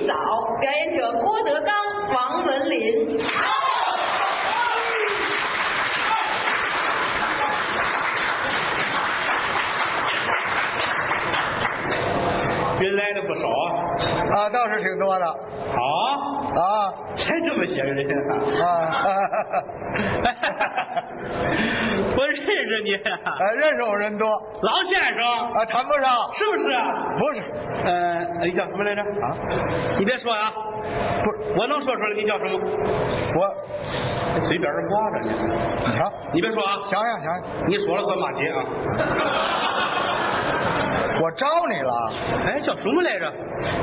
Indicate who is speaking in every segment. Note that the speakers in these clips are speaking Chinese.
Speaker 1: 表演者郭德纲、王文林。
Speaker 2: 人来的不少啊！
Speaker 3: 啊，倒是挺多的
Speaker 2: 啊，
Speaker 3: 啊
Speaker 2: 才这么些个人
Speaker 3: 啊
Speaker 2: 啊！
Speaker 3: 啊！
Speaker 2: 我认识你啊，
Speaker 3: 呃认识我人多
Speaker 2: 老先生，
Speaker 3: 啊，谈不上，
Speaker 2: 是不是啊？
Speaker 3: 不是
Speaker 2: 呃，你叫什么来着？
Speaker 3: 啊，
Speaker 2: 你别说啊，
Speaker 3: 不是
Speaker 2: 我能说出来你叫什么？
Speaker 3: 我，
Speaker 2: 嘴边儿挂着呢。
Speaker 3: 你瞧，
Speaker 2: 你别说啊，
Speaker 3: 想想想想，
Speaker 2: 你说了算骂街啊！
Speaker 3: 我招你了
Speaker 2: 哎，叫什么来着？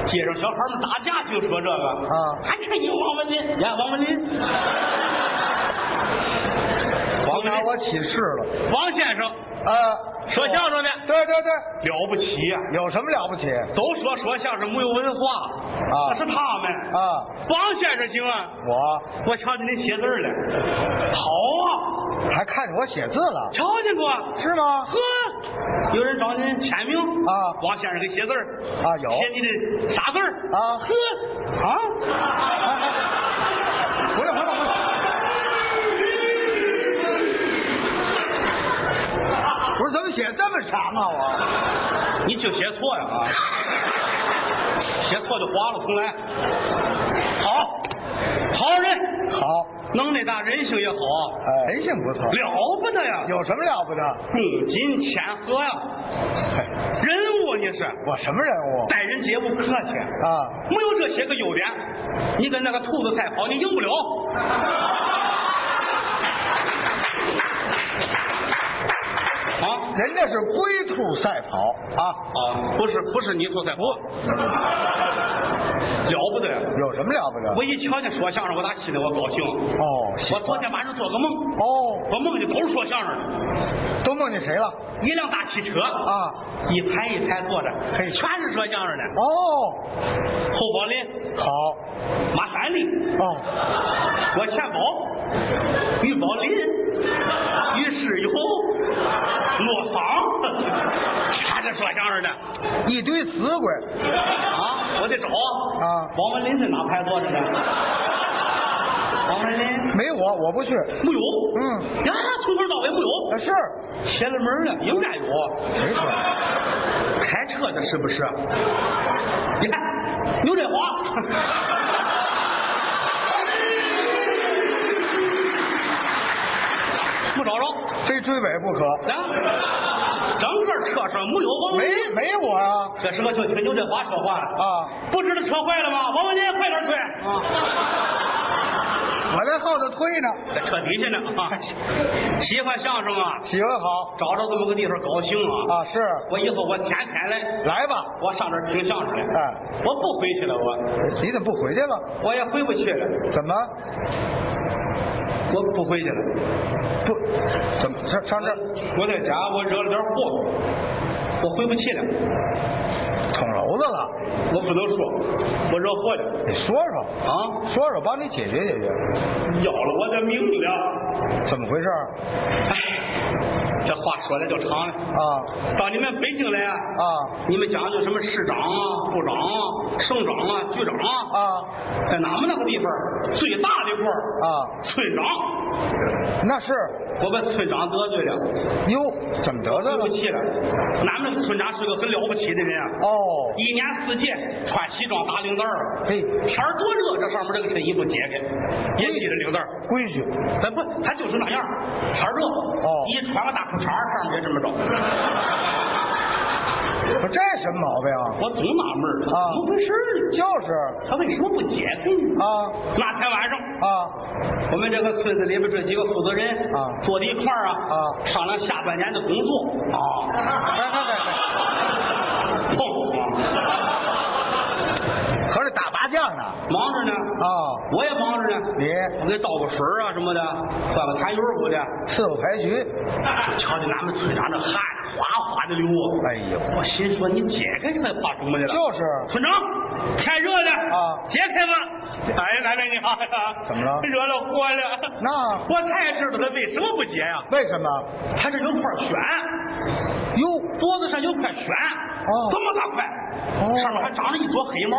Speaker 2: 街上小孩们打架就说这个
Speaker 3: 啊
Speaker 2: 还看你王文林呀，王文林，王
Speaker 3: 我拿
Speaker 2: 文
Speaker 3: 我起誓了，
Speaker 2: 林，王先生
Speaker 3: 啊，
Speaker 2: 说相声的
Speaker 3: 对对对，
Speaker 2: 了不起啊呀、
Speaker 3: 有什么了不起
Speaker 2: 都说说相声没有文化
Speaker 3: 啊
Speaker 2: 那是他们。
Speaker 3: 啊？
Speaker 2: 王先生行啊，
Speaker 3: 我
Speaker 2: 我瞧见您写字儿了，好啊，
Speaker 3: 还看见我写字了，
Speaker 2: 瞧见过，
Speaker 3: 是吗？
Speaker 2: 呵，有人找您签名
Speaker 3: 啊
Speaker 2: 王先生给写字儿
Speaker 3: 啊，有
Speaker 2: 写你的啥字儿
Speaker 3: 啊
Speaker 2: 呵啊，
Speaker 3: 回来回来回来，不是怎么写这么长啊我？
Speaker 2: 你就写错呀啊，写错就划了，重来。好，好人，
Speaker 3: 好，
Speaker 2: 能耐大，人性也好，
Speaker 3: 哎，人性不错，
Speaker 2: 了不得呀，
Speaker 3: 有什么了不得？
Speaker 2: 古今谦和呀，
Speaker 3: 嘿
Speaker 2: 人物你是
Speaker 3: 我什么人物
Speaker 2: 待人接物客气，
Speaker 3: 啊？
Speaker 2: 没有这些个优点，你跟那个兔子赛跑，你赢不了。 啊
Speaker 3: 人家是龟兔赛跑啊，
Speaker 2: 啊，不是不是你兔赛跑，了不得呀！
Speaker 3: 有什么了不得？
Speaker 2: 我一瞧见说相声，我打心里我高兴。
Speaker 3: 哦，喜
Speaker 2: 我
Speaker 3: 欢
Speaker 2: 昨天晚上做个梦，
Speaker 3: 哦，
Speaker 2: 我梦见都是说相声的，
Speaker 3: 都梦见谁了
Speaker 2: 一辆大汽车，
Speaker 3: 啊？
Speaker 2: 一排一排坐着，
Speaker 3: 嘿
Speaker 2: 全是说相声的，
Speaker 3: 哦，
Speaker 2: 侯宝林、
Speaker 3: 好
Speaker 2: 马三立、
Speaker 3: 哦，
Speaker 2: 郭钱宝、于宝林、于世友、骆桑，全是说相声的
Speaker 3: 一堆死鬼
Speaker 2: 啊！我得找
Speaker 3: 啊
Speaker 2: 王文林在哪排坐着呢？王文林
Speaker 3: 没我我不去，
Speaker 2: 木有，
Speaker 3: 嗯
Speaker 2: 呀，从头到尾木有，
Speaker 3: 啊是
Speaker 2: 邪了门了，应该有。
Speaker 3: 没错，
Speaker 2: 开车的是不是？你看牛振华， 没找着
Speaker 3: 非追尾不可，
Speaker 2: 啊！整个车上没有王文林，
Speaker 3: 没没我啊
Speaker 2: 这时候就听牛振华说话了。
Speaker 3: 啊，
Speaker 2: 不知道车坏了吗？王文林，快点推！
Speaker 3: 我在后头推呢，
Speaker 2: 在车底下呢啊！喜欢相声啊，
Speaker 3: 喜欢好
Speaker 2: 找着这么个地方高兴啊！
Speaker 3: 啊是，
Speaker 2: 我以后我天天来，
Speaker 3: 来吧，
Speaker 2: 我上这儿听相声来。
Speaker 3: 哎，
Speaker 2: 我不回去了，我
Speaker 3: 你怎么不回去了？
Speaker 2: 我也回不去了。
Speaker 3: 怎么
Speaker 2: 我不回去了，
Speaker 3: 不怎么上上这儿
Speaker 2: 我在家我惹了点祸，我回不去了，
Speaker 3: 捅娄子了？
Speaker 2: 我不能说，我惹祸了
Speaker 3: 你说说，
Speaker 2: 啊，
Speaker 3: 说说，帮你解决解决，
Speaker 2: 要了我的命了。
Speaker 3: 怎么回事儿
Speaker 2: 哎，这话说来就长了。
Speaker 3: 啊
Speaker 2: 到你们北京来啊，
Speaker 3: 啊
Speaker 2: 你们讲究什么市长啊、部长啊、省长啊、局长啊，
Speaker 3: 啊
Speaker 2: 在俺们那个地方最大的官儿
Speaker 3: 啊！
Speaker 2: 村长，
Speaker 3: 那是
Speaker 2: 我把村长得罪了，
Speaker 3: 哟，怎么得罪
Speaker 2: 对不
Speaker 3: 了？
Speaker 2: 起了。俺们那个村长是个很了不起的人啊。
Speaker 3: 哦，
Speaker 2: 一年四季穿西装打领带儿，
Speaker 3: 嘿，
Speaker 2: 天儿多热，这上面这个衬衣不解开，也系着领带儿。
Speaker 3: 规矩
Speaker 2: 咱不，他就是那样儿，天儿热，
Speaker 3: 哦
Speaker 2: 一穿个大裤衩儿，上面也这么着。
Speaker 3: 不这什么毛病啊？
Speaker 2: 我总纳闷儿，
Speaker 3: 啊
Speaker 2: 怎么回事儿呢？
Speaker 3: 就是
Speaker 2: 他为什么不解开呢？
Speaker 3: 啊
Speaker 2: 那天晚上，
Speaker 3: 啊
Speaker 2: 我们这个村子里边这几个负责人
Speaker 3: 啊
Speaker 2: 坐在一块儿啊，
Speaker 3: 啊
Speaker 2: 商量下半年的工作啊，碰
Speaker 3: 合着打麻将呢
Speaker 2: 忙着呢，
Speaker 3: 啊！
Speaker 2: 我也忙着呢，
Speaker 3: 你
Speaker 2: 我给倒个水儿啊什么的，换个痰盂儿回去。
Speaker 3: 伺候牌局，
Speaker 2: 瞧见咱们村长这汗哗哗的流啊！
Speaker 3: 哎呦，
Speaker 2: 我心说你解开这怕什么去了？
Speaker 3: 就是
Speaker 2: 村长，天热了
Speaker 3: 啊
Speaker 2: 解开吧。哎呀，奶奶你好呀！
Speaker 3: 怎么了
Speaker 2: 惹了祸了。
Speaker 3: 那
Speaker 2: 我才知道他为什么不解呀、
Speaker 3: 为什么
Speaker 2: 他这有块儿选，
Speaker 3: 哟，
Speaker 2: 脖子上有块旋，
Speaker 3: 哦
Speaker 2: 这么大块，
Speaker 3: 哦
Speaker 2: 上面还长着一撮黑毛，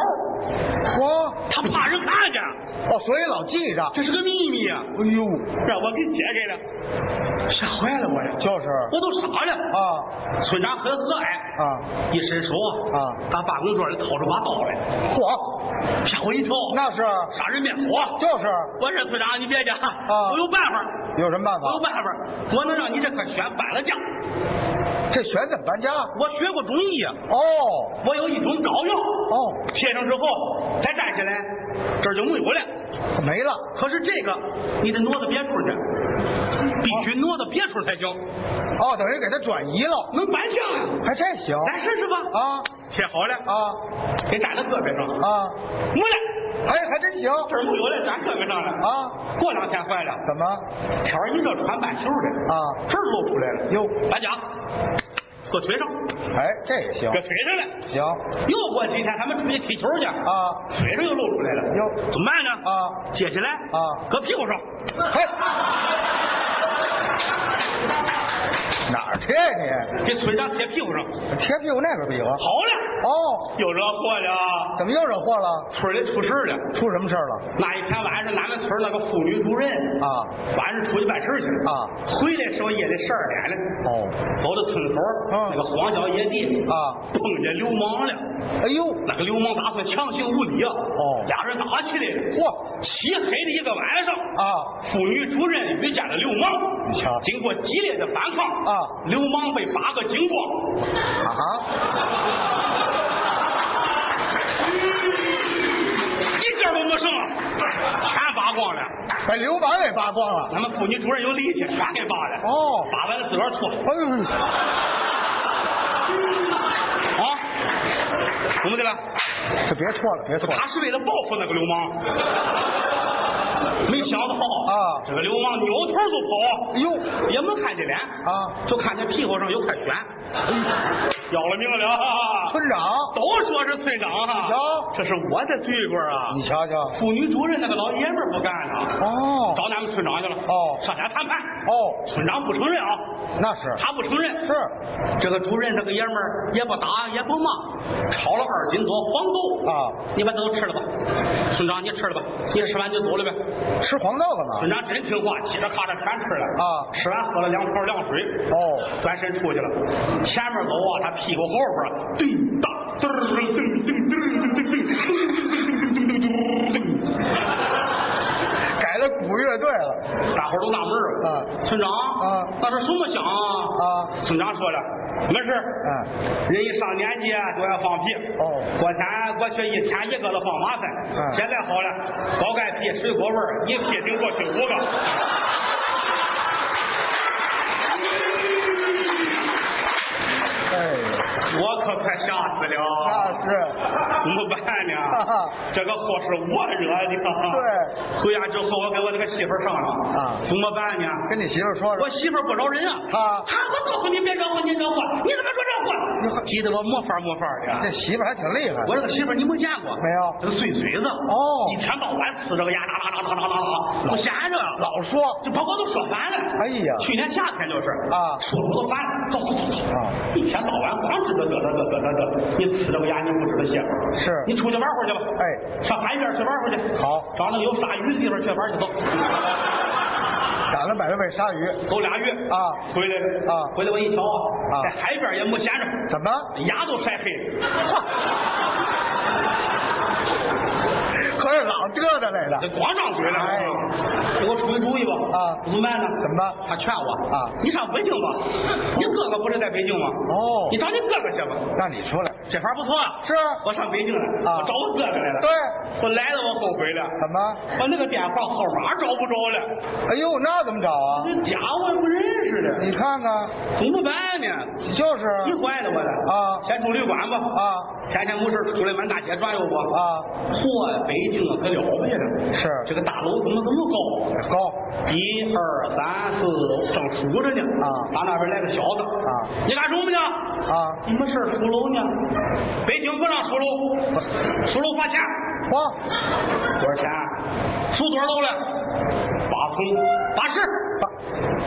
Speaker 3: 嚯，
Speaker 2: 他怕人看见，
Speaker 3: 哦，所以老记着。
Speaker 2: 这是个秘密啊，
Speaker 3: 哎呦，
Speaker 2: 让我给解开了，吓坏了我呀，
Speaker 3: 就是
Speaker 2: 我都傻了。
Speaker 3: 啊
Speaker 2: 村长很和蔼，
Speaker 3: 啊，
Speaker 2: 一伸手
Speaker 3: 啊
Speaker 2: 打办公桌里掏出把刀来，
Speaker 3: 嚯，
Speaker 2: 吓我一跳，
Speaker 3: 那是
Speaker 2: 杀人灭火。
Speaker 3: 就是，啊
Speaker 2: 我说村长，你别介，我有办法，
Speaker 3: 有什么办
Speaker 2: 我有
Speaker 3: 法？
Speaker 2: 办法，我能让你这块血搬了家。
Speaker 3: 这选怎么搬家？
Speaker 2: 我学过中医呀、
Speaker 3: 哦
Speaker 2: 我有一种膏药，
Speaker 3: 哦，
Speaker 2: 贴上之后再站起来，这儿就没有了。
Speaker 3: 没了。
Speaker 2: 可是这个你得挪到别处去，必须挪到别处才行，
Speaker 3: 哦，等于给他转移了，
Speaker 2: 能搬家呀？
Speaker 3: 还真行
Speaker 2: 咱试试吧。
Speaker 3: 啊
Speaker 2: 贴好了，
Speaker 3: 啊
Speaker 2: 给粘到胳膊上，
Speaker 3: 啊！
Speaker 2: 没了，
Speaker 3: 哎，还真行
Speaker 2: 这儿没有了，粘胳膊上了。
Speaker 3: 啊！
Speaker 2: 过两天坏了，
Speaker 3: 怎么
Speaker 2: 天儿一热穿半袖的，
Speaker 3: 啊？
Speaker 2: 这儿露出来了。
Speaker 3: 哟，
Speaker 2: 搬家，搁腿上，
Speaker 3: 哎，这也行
Speaker 2: 搁腿上了。
Speaker 3: 行
Speaker 2: 又过几天，他们出去踢球去，
Speaker 3: 啊
Speaker 2: 腿上又露出来了。
Speaker 3: 哟
Speaker 2: 怎么办呢？
Speaker 3: 啊！
Speaker 2: 接起来
Speaker 3: 啊
Speaker 2: 搁屁股上，
Speaker 3: 嘿，哪儿贴你？
Speaker 2: 给村长贴屁股上。好
Speaker 3: 贴屁股那边不行。啊
Speaker 2: 了，
Speaker 3: 哦，
Speaker 2: 又惹祸了，
Speaker 3: 怎么又惹祸了？
Speaker 2: 村里出事了。
Speaker 3: 出什么事儿了？
Speaker 2: 那一天晚上，俺们村那个妇女主任
Speaker 3: 啊，
Speaker 2: 晚上出去办事去了
Speaker 3: 啊
Speaker 2: 回来时候夜里十二点了，
Speaker 3: 哦，
Speaker 2: 走到村口
Speaker 3: 嗯
Speaker 2: 那个荒郊野地
Speaker 3: 啊
Speaker 2: 碰见流氓了。
Speaker 3: 哎呦，
Speaker 2: 那个流氓打算强行无理啊！
Speaker 3: 哦
Speaker 2: 俩人打起来了。
Speaker 3: 嚯
Speaker 2: 漆黑的一个晚上，
Speaker 3: 啊！
Speaker 2: 妇女主任遇见了流氓，
Speaker 3: 你瞧
Speaker 2: 经过激烈的反抗
Speaker 3: 啊，
Speaker 2: 流氓被打个精光。
Speaker 3: 啊哈！
Speaker 2: 一件都没剩了，全扒光了。
Speaker 3: 把流氓给扒光了。
Speaker 2: 咱们妇女主任有力气，全给扒了。
Speaker 3: 哦
Speaker 2: 扒完了自个儿脱
Speaker 3: 哎呦，
Speaker 2: 啊？怎么的了？
Speaker 3: 这别错了，别错了。
Speaker 2: 他是为了报复那个流 氓。没想到
Speaker 3: 啊
Speaker 2: 这个流氓扭头就
Speaker 3: 哎呦，
Speaker 2: 跑，啊也没看见脸
Speaker 3: 啊，哎
Speaker 2: 就看见屁股上有块旋，要了命了啊！
Speaker 3: 村长，
Speaker 2: 都说是村长啊，
Speaker 3: 瞧
Speaker 2: 这是我的罪过啊！
Speaker 3: 你瞧瞧。
Speaker 2: 妇女主任那个老爷们儿不干了，
Speaker 3: 哦
Speaker 2: 找咱们村长去了。
Speaker 3: 哦
Speaker 2: 上家谈判。
Speaker 3: 哦，
Speaker 2: 村长不承认啊，
Speaker 3: 那是
Speaker 2: 他不承认。
Speaker 3: 是
Speaker 2: 这个主任这个爷们儿也不打也不骂，炒了二斤多黄豆
Speaker 3: 啊，
Speaker 2: 你把它都吃了吧。村长你吃了吧，你吃完就走了呗。
Speaker 3: 吃黄豆干嘛
Speaker 2: 村？长真听话，叽里咔嚓全吃了
Speaker 3: 啊
Speaker 2: 吃完喝了两瓢凉水，
Speaker 3: 哦，
Speaker 2: 转身出去了。前面走啊，他屁股后边儿啊叮当噔噔噔噔噔噔噔噔噔噔噔噔噔噔噔
Speaker 3: 改了鼓乐队了。
Speaker 2: 大伙儿都纳闷
Speaker 3: 嗯
Speaker 2: 儿啊，村长
Speaker 3: 啊
Speaker 2: 那是什么响啊？
Speaker 3: 啊
Speaker 2: 村长说了，没事儿
Speaker 3: 嗯，
Speaker 2: 人一上年纪啊，就爱放屁。
Speaker 3: 哦
Speaker 2: 过天过去一天一个了放马粪。
Speaker 3: 嗯
Speaker 2: 现在好了，高钙屁、水果味儿，一屁顶过去五个。
Speaker 3: 哎，
Speaker 2: 我可快吓死了，
Speaker 3: 那是
Speaker 2: 怎么办呢
Speaker 3: 哈哈？
Speaker 2: 这个祸是我惹的。
Speaker 3: 对，
Speaker 2: 回家之后我给我那个媳妇儿商量
Speaker 3: 啊
Speaker 2: 怎么办呢？
Speaker 3: 跟你媳妇说
Speaker 2: 我
Speaker 3: 说。
Speaker 2: 媳妇儿不饶人啊。
Speaker 3: 啊
Speaker 2: 啊！我告诉你，别惹祸，你惹祸，你怎么说惹祸？急得我没法没法
Speaker 3: 这
Speaker 2: 的。
Speaker 3: 媳妇还挺厉害。
Speaker 2: 我这个媳妇儿你没见过？
Speaker 3: 没有
Speaker 2: 这个碎嘴子。
Speaker 3: 哦
Speaker 2: 一天到晚呲这个牙，啦啦啦啦啦啦啦，不闲着。
Speaker 3: 老说
Speaker 2: 这把我都说烦了。
Speaker 3: 哎呀
Speaker 2: 去年夏天就是
Speaker 3: 啊
Speaker 2: 说我都烦了。走走走走。
Speaker 3: 啊
Speaker 2: 一天到晚光知道得得得得得得，你呲这个牙，你不知道歇会儿。
Speaker 3: 是
Speaker 2: 你出去玩会儿去吧。
Speaker 3: 哎，
Speaker 2: 上海边去玩会儿去。
Speaker 3: 好
Speaker 2: 找那个有鲨鱼的地方去玩去走。
Speaker 3: 赶了买了尾鲨鱼，
Speaker 2: 走俩月
Speaker 3: 啊
Speaker 2: 回来了
Speaker 3: 啊
Speaker 2: 回来我一瞧啊，
Speaker 3: 啊
Speaker 2: 在海边也没闲着，
Speaker 3: 怎么
Speaker 2: 牙都晒黑了，
Speaker 3: 合着老嘚瑟来
Speaker 2: 这
Speaker 3: 的？
Speaker 2: 光张嘴了。
Speaker 3: 哎
Speaker 2: 给我出一主意吧
Speaker 3: 啊
Speaker 2: 怎么办呢？
Speaker 3: 怎么办
Speaker 2: 他劝我
Speaker 3: 啊
Speaker 2: 你上北京吧，你哥哥不是在北京吗？
Speaker 3: 哦
Speaker 2: 你找你哥哥去吧，
Speaker 3: 让你出来
Speaker 2: 这法不错啊。
Speaker 3: 是？
Speaker 2: 我上北京了，我
Speaker 3: 啊
Speaker 2: 找我哥哥来了。
Speaker 3: 对，
Speaker 2: 我来了，我后悔了，
Speaker 3: 怎么？
Speaker 2: 我那个电话号码找不着了，
Speaker 3: 哎呦，那怎么找啊？
Speaker 2: 这家我也不认识了，
Speaker 3: 你看看，
Speaker 2: 怎么办呢？
Speaker 3: 就是
Speaker 2: 急坏了我了
Speaker 3: 嗯啊
Speaker 2: 先住旅馆吧
Speaker 3: 啊
Speaker 2: 天天没事出来满大街转悠我
Speaker 3: 啊，
Speaker 2: 嚯呀，北京啊，可了不得了！
Speaker 3: 是
Speaker 2: 这个大楼怎么这么高？
Speaker 3: 高
Speaker 2: 一二三四，正数着呢。
Speaker 3: 啊
Speaker 2: 打那边来个小子。
Speaker 3: 啊，
Speaker 2: 你干什么去？
Speaker 3: 啊，
Speaker 2: 你没事儿出楼呢？北京不让出楼，出楼罚钱。
Speaker 3: 哇，
Speaker 2: 啊多少钱？出多少楼了？八层八十。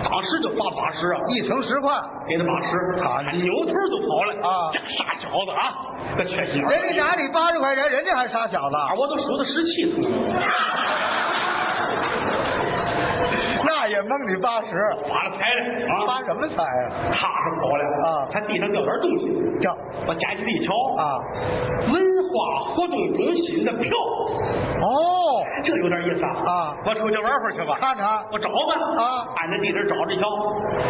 Speaker 2: 当时就发把式啊，
Speaker 3: 一成十块，
Speaker 2: 给他把式，
Speaker 3: 好
Speaker 2: 他扭腿就跑了
Speaker 3: 啊
Speaker 2: 这傻小子啊，这缺心眼儿。
Speaker 3: 人家拿你八十块钱，人家还傻小子，
Speaker 2: 啊，我都数到十七次了，
Speaker 3: 那也蒙你八十，
Speaker 2: 发了财了啊，
Speaker 3: 发什么财啊？
Speaker 2: 踏着跑了
Speaker 3: 啊
Speaker 2: 他地上掉点东西，
Speaker 3: 叫
Speaker 2: 我捡起来一瞧
Speaker 3: 啊，
Speaker 2: 文化活动中心的票，
Speaker 3: 哦，
Speaker 2: 这有点意思啊！
Speaker 3: 啊
Speaker 2: 我出去玩会儿去吧，
Speaker 3: 看看
Speaker 2: 我找吧
Speaker 3: 啊
Speaker 2: 按着地址找着一瞧，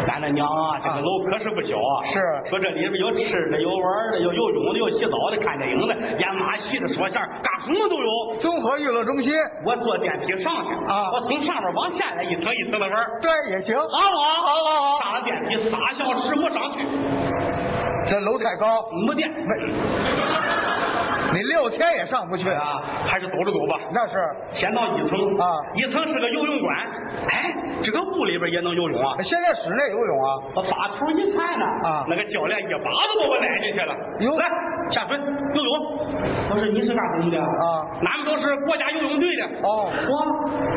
Speaker 2: 俺那娘啊，这个
Speaker 3: 啊
Speaker 2: 楼可是不小啊，
Speaker 3: 是
Speaker 2: 说这里边有吃的，有玩的，有游泳的，有洗澡的，看电影的，演马戏的，说相声，干什么都有。
Speaker 3: 综合娱乐中心，
Speaker 2: 我坐电梯上去
Speaker 3: 啊
Speaker 2: 我从上面往下来一层一层的玩，
Speaker 3: 对，也行。
Speaker 2: 好不好？好好好，上了电梯仨小时我上去，
Speaker 3: 这楼太高，
Speaker 2: 没电，没
Speaker 3: 你六天也上不去
Speaker 2: 啊，还是走着走吧。
Speaker 3: 那是，
Speaker 2: 先到一层
Speaker 3: 啊
Speaker 2: 一层是个游泳馆，哎，这个屋里边也能游泳啊。
Speaker 3: 现在室内游泳啊，
Speaker 2: 我把头一看呢，
Speaker 3: 啊
Speaker 2: 那个教练一把子把我揽进去了。
Speaker 3: 哟
Speaker 2: 来下水游泳。我说你是干什么的
Speaker 3: 啊
Speaker 2: 俺们都是国家游泳队的。
Speaker 3: 哦
Speaker 2: 我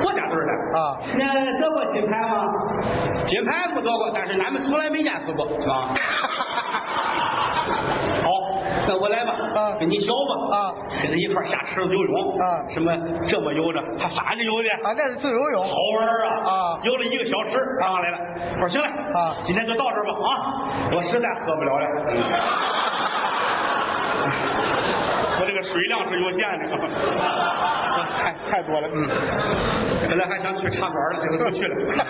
Speaker 2: 国家队的
Speaker 3: 啊
Speaker 2: 那得过金牌吗？金牌不得过，但是俺们从来没淹死过啊。 好，那我来吧。
Speaker 3: 啊
Speaker 2: 你学吧。
Speaker 3: 啊，
Speaker 2: 跟他一块儿下池子游泳。
Speaker 3: 啊
Speaker 2: 什么这么游着，还反着游的。
Speaker 3: 啊，那是自由泳
Speaker 2: 好。玩儿啊！
Speaker 3: 啊
Speaker 2: 游了一个小时，上来了。我说行了，
Speaker 3: 啊
Speaker 2: 今天就到这儿吧啊！我实在喝不了 了，嗯我这个水量是有限的， 太太多了。嗯，本来还想去茶馆儿了，结果不去 了。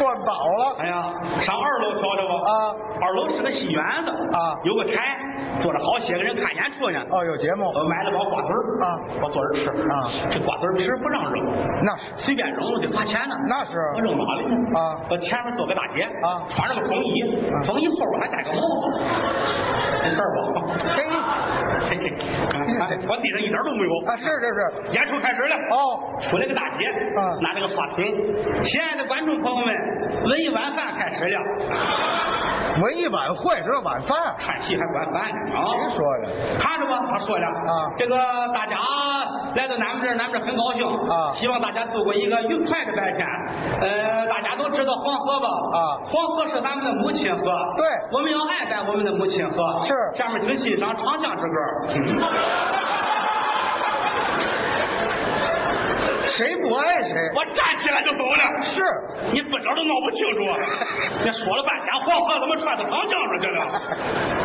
Speaker 3: 灌饱了，
Speaker 2: 哎呀，上二楼瞧瞧吧。
Speaker 3: 啊
Speaker 2: 二楼是个戏园子
Speaker 3: 啊
Speaker 2: 有个台，坐着好些个人看演出呢。
Speaker 3: 哦，有节目
Speaker 2: 我买了包瓜子儿
Speaker 3: 啊
Speaker 2: 我坐着吃
Speaker 3: 啊
Speaker 2: 这瓜子儿吃不让扔，
Speaker 3: 那是
Speaker 2: 随便扔了得罚钱呢。
Speaker 3: 那是
Speaker 2: 我扔哪里去？
Speaker 3: 啊
Speaker 2: 我前面坐个大姐
Speaker 3: 啊嗯
Speaker 2: 穿着个风衣，风衣后边还戴个帽子，没事儿吧？
Speaker 3: 嘿，啊
Speaker 2: 嘿嘿，哎我地上一点都没有。
Speaker 3: 啊，是这是，
Speaker 2: 演出开始了，
Speaker 3: 哦，
Speaker 2: 出来个大姐，
Speaker 3: 嗯
Speaker 2: 拿着个话筒，亲爱的观众朋友们，文艺晚饭开始了，
Speaker 3: 文艺晚会这是晚饭，
Speaker 2: 看戏还管饭呢啊！
Speaker 3: 谁说的？
Speaker 2: 看着吧，他说了
Speaker 3: 啊
Speaker 2: 这个大家来到咱们这儿，咱们这儿很高兴
Speaker 3: 啊
Speaker 2: 希望大家度过一个愉快的白天。呃，大家都知道黄河吧？
Speaker 3: 啊
Speaker 2: 黄河是咱们的母亲河。
Speaker 3: 对
Speaker 2: 我们要爱戴我们的母亲河。
Speaker 3: 是
Speaker 2: 下面请欣赏《长江之 歌》。
Speaker 3: 谁不爱谁？
Speaker 2: 我站起来就走了。
Speaker 3: 是，
Speaker 2: 你不着都闹不清楚， 那说了半天黄河怎么串到长江上去了？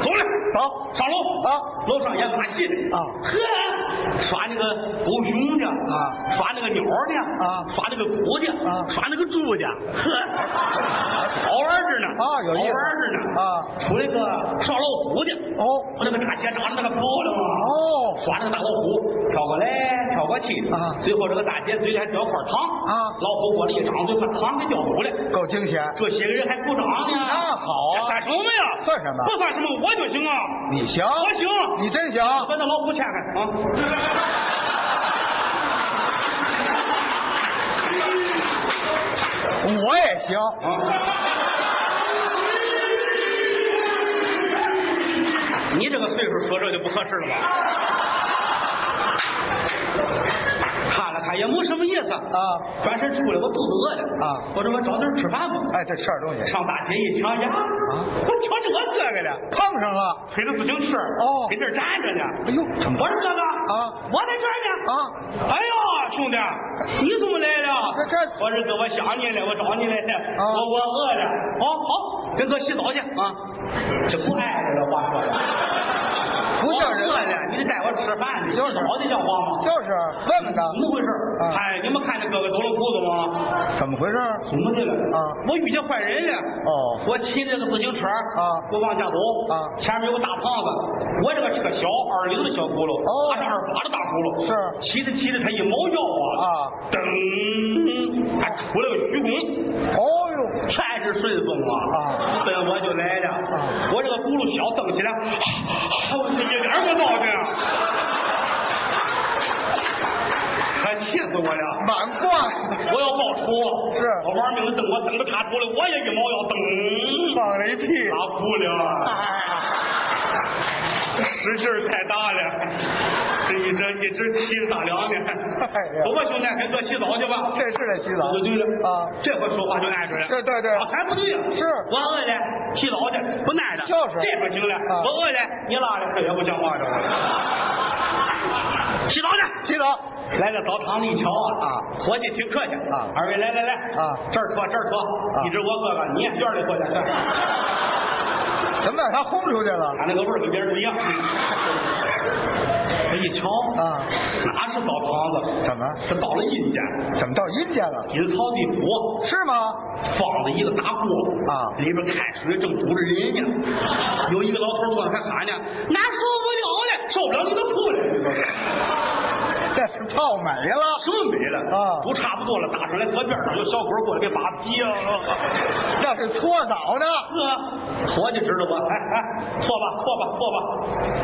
Speaker 2: 走了，
Speaker 3: 走
Speaker 2: 上楼
Speaker 3: 啊
Speaker 2: 楼上演马戏的
Speaker 3: 啊
Speaker 2: 呵，耍那个狗熊的
Speaker 3: 啊
Speaker 2: 耍那个鸟的
Speaker 3: 啊
Speaker 2: 耍那个狗的
Speaker 3: 啊
Speaker 2: 耍那个猪的，呵，好玩着呢
Speaker 3: 啊有意思
Speaker 2: 好玩着呢
Speaker 3: 啊
Speaker 2: 出来个耍老虎的
Speaker 3: 哦
Speaker 2: 我那个大姐长得那个漂亮啊，
Speaker 3: 哦
Speaker 2: 耍那个大老虎，跳过来跳过去
Speaker 3: 啊
Speaker 2: 最后这个大姐嘴里还叼块糖
Speaker 3: 啊
Speaker 2: 老虎过来一张嘴，把糖给叼走了。
Speaker 3: 够惊险，
Speaker 2: 这些个人还鼓掌呢。
Speaker 3: 那好啊
Speaker 2: 这算什么呀？
Speaker 3: 算什么
Speaker 2: 不算什么，我就行啊，
Speaker 3: 你行，
Speaker 2: 我行。
Speaker 3: 你真行，
Speaker 2: 把那老虎牵开啊！
Speaker 3: 我也行，
Speaker 2: 啊你这个岁数说这就不合适了吧？看了看也没什么意思
Speaker 3: 啊，
Speaker 2: 转身出来，我肚子饿了
Speaker 3: 啊
Speaker 2: 我说我找地儿吃饭吧。
Speaker 3: 哎，这吃点东西，
Speaker 2: 上大街一瞧呀，
Speaker 3: 啊
Speaker 2: 我瞧这这个了。
Speaker 3: 碰上了，
Speaker 2: 推着自行车，
Speaker 3: 哦
Speaker 2: 跟这儿站着呢。
Speaker 3: 哎呦
Speaker 2: 我说这个
Speaker 3: 啊
Speaker 2: 我在这儿呢
Speaker 3: 啊
Speaker 2: 哎呦，兄弟，你怎么来了？
Speaker 3: 这这
Speaker 2: 我是哥，我想你了，我找你来了，
Speaker 3: 啊
Speaker 2: 我我饿了。好好，跟哥洗澡去啊。这不挨着了，话说的，
Speaker 3: 不像人
Speaker 2: 我饿了，你得带我吃饭去，
Speaker 3: 就是
Speaker 2: 洗澡的叫话吗？
Speaker 3: 就是问问
Speaker 2: 怎
Speaker 3: 他
Speaker 2: 么回事？
Speaker 3: 啊
Speaker 2: 哎，你们看见哥哥走了裤子吗？
Speaker 3: 怎么回事，
Speaker 2: 怎么的了？
Speaker 3: 啊
Speaker 2: 我遇见坏人了。
Speaker 3: 哦
Speaker 2: 我骑着个自行车
Speaker 3: 啊
Speaker 2: 我往家走
Speaker 3: 啊
Speaker 2: 前面有个大胖子，我这个车小，二零的小轱辘，
Speaker 3: 哦
Speaker 2: 他是二八的大轱辘，
Speaker 3: 是
Speaker 2: 骑着骑着他一猫腰啊
Speaker 3: 啊，
Speaker 2: 噔，他出来个鞠躬，
Speaker 3: 哦呦。
Speaker 2: 全是顺风啊，
Speaker 3: 啊
Speaker 2: 奔我就来了，我这个轱辘小蹬起来，我是一点儿不倒的，可气死我了。
Speaker 3: 满贯
Speaker 2: 我要报仇！啊
Speaker 3: 是
Speaker 2: 我玩命的蹬，我蹬着他出来，我也一猫腰蹬，
Speaker 3: 放了一屁，哎
Speaker 2: 打啊哭了，使劲儿太大了，这一这一直气着大梁呢。
Speaker 3: 哎呀
Speaker 2: 走吧，兄弟，该各洗澡去吧。
Speaker 3: 这是得洗澡
Speaker 2: 就对了
Speaker 3: 啊，
Speaker 2: 这回说话就碍着了。
Speaker 3: 对对对
Speaker 2: 啊还不对呀。
Speaker 3: 是
Speaker 2: 我饿了，洗澡去，不耐了。
Speaker 3: 就是
Speaker 2: 这回行了
Speaker 3: 啊，
Speaker 2: 我饿了，你拉哎了，这也不像话这玩意儿。洗澡去。
Speaker 3: 洗澡。
Speaker 2: 来到澡堂子一瞧啊，
Speaker 3: 啊
Speaker 2: 伙计挺客气
Speaker 3: 啊
Speaker 2: 二位来来来
Speaker 3: 啊
Speaker 2: 这儿脱这儿脱，
Speaker 3: 啊
Speaker 2: 你这我哥哥，你也院里脱去，这儿
Speaker 3: 怎么把他轰出去了？
Speaker 2: 他那个味儿跟别人不一样。这一瞧
Speaker 3: 啊，
Speaker 2: 哪是澡堂子？
Speaker 3: 怎么
Speaker 2: 这到了阴间，
Speaker 3: 怎么到阴间了？
Speaker 2: 阴曹地府，
Speaker 3: 是吗？
Speaker 2: 放了一个大锅
Speaker 3: 啊
Speaker 2: 里边开水正煮着人呢，有一个老头端还喊呢，俺受不了了，受不了你都哭了。
Speaker 3: 这是泡美了，
Speaker 2: 什么没了
Speaker 3: 啊
Speaker 2: 都差不多了，打上来搁边上，有小鬼过来给把急了。
Speaker 3: 那是搓澡呢。
Speaker 2: 呵，伙计知道吧？哎哎，脱吧脱吧脱吧，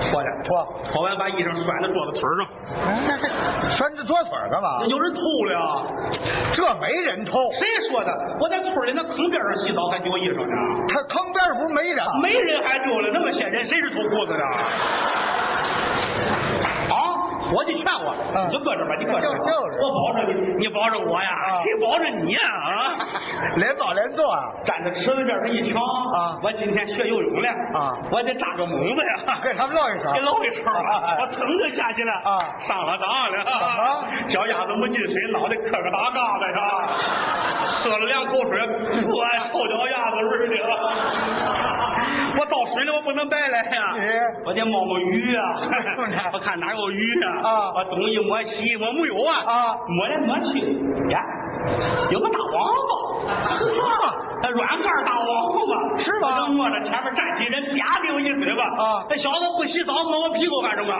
Speaker 2: 脱去
Speaker 3: 搓，
Speaker 2: 脱完把衣裳甩在桌子腿儿
Speaker 3: 啊
Speaker 2: 上，
Speaker 3: 拴着桌腿儿干嘛？
Speaker 2: 有人吐了呀。
Speaker 3: 这没人偷，
Speaker 2: 谁说的？我在村里那坑边上洗澡还丢衣裳呢，
Speaker 3: 他坑边儿不是没人？
Speaker 2: 啊没人还丢了，那么些人谁是偷裤子的？啊！伙计劝我，
Speaker 3: 嗯
Speaker 2: 你就搁这儿吧，你搁这儿吧，
Speaker 3: 就就是
Speaker 2: 我保证你，你保证我呀，
Speaker 3: 啊
Speaker 2: 谁保证你呀？啊！
Speaker 3: 连保连坐啊，
Speaker 2: 站在池子边上一瞧
Speaker 3: 啊
Speaker 2: 我今天学游泳了
Speaker 3: 啊
Speaker 2: 我得扎个猛子呀，
Speaker 3: 给他们露一手
Speaker 2: 给。露一手啊
Speaker 3: 啊，
Speaker 2: 我腾就下去了
Speaker 3: 啊
Speaker 2: 上了当了，
Speaker 3: 么
Speaker 2: 脚丫子没进水，脑袋磕磕巴巴的呀，喝了两口水，我呀后脚丫子味儿的，我到水里我不能白来呀
Speaker 3: 你，
Speaker 2: 我得摸摸鱼呀
Speaker 3: 什么呢，
Speaker 2: 我看哪有鱼呀，
Speaker 3: 啊
Speaker 2: 我东一摸西一摸没有啊，
Speaker 3: 啊
Speaker 2: 摸来摸去呀，有个大王八，呵，软盖大王八
Speaker 3: 是吗
Speaker 2: 我正摸着前面站起人，啪给我一嘴巴
Speaker 3: 啊
Speaker 2: 这小子不洗澡摸我屁股干什么？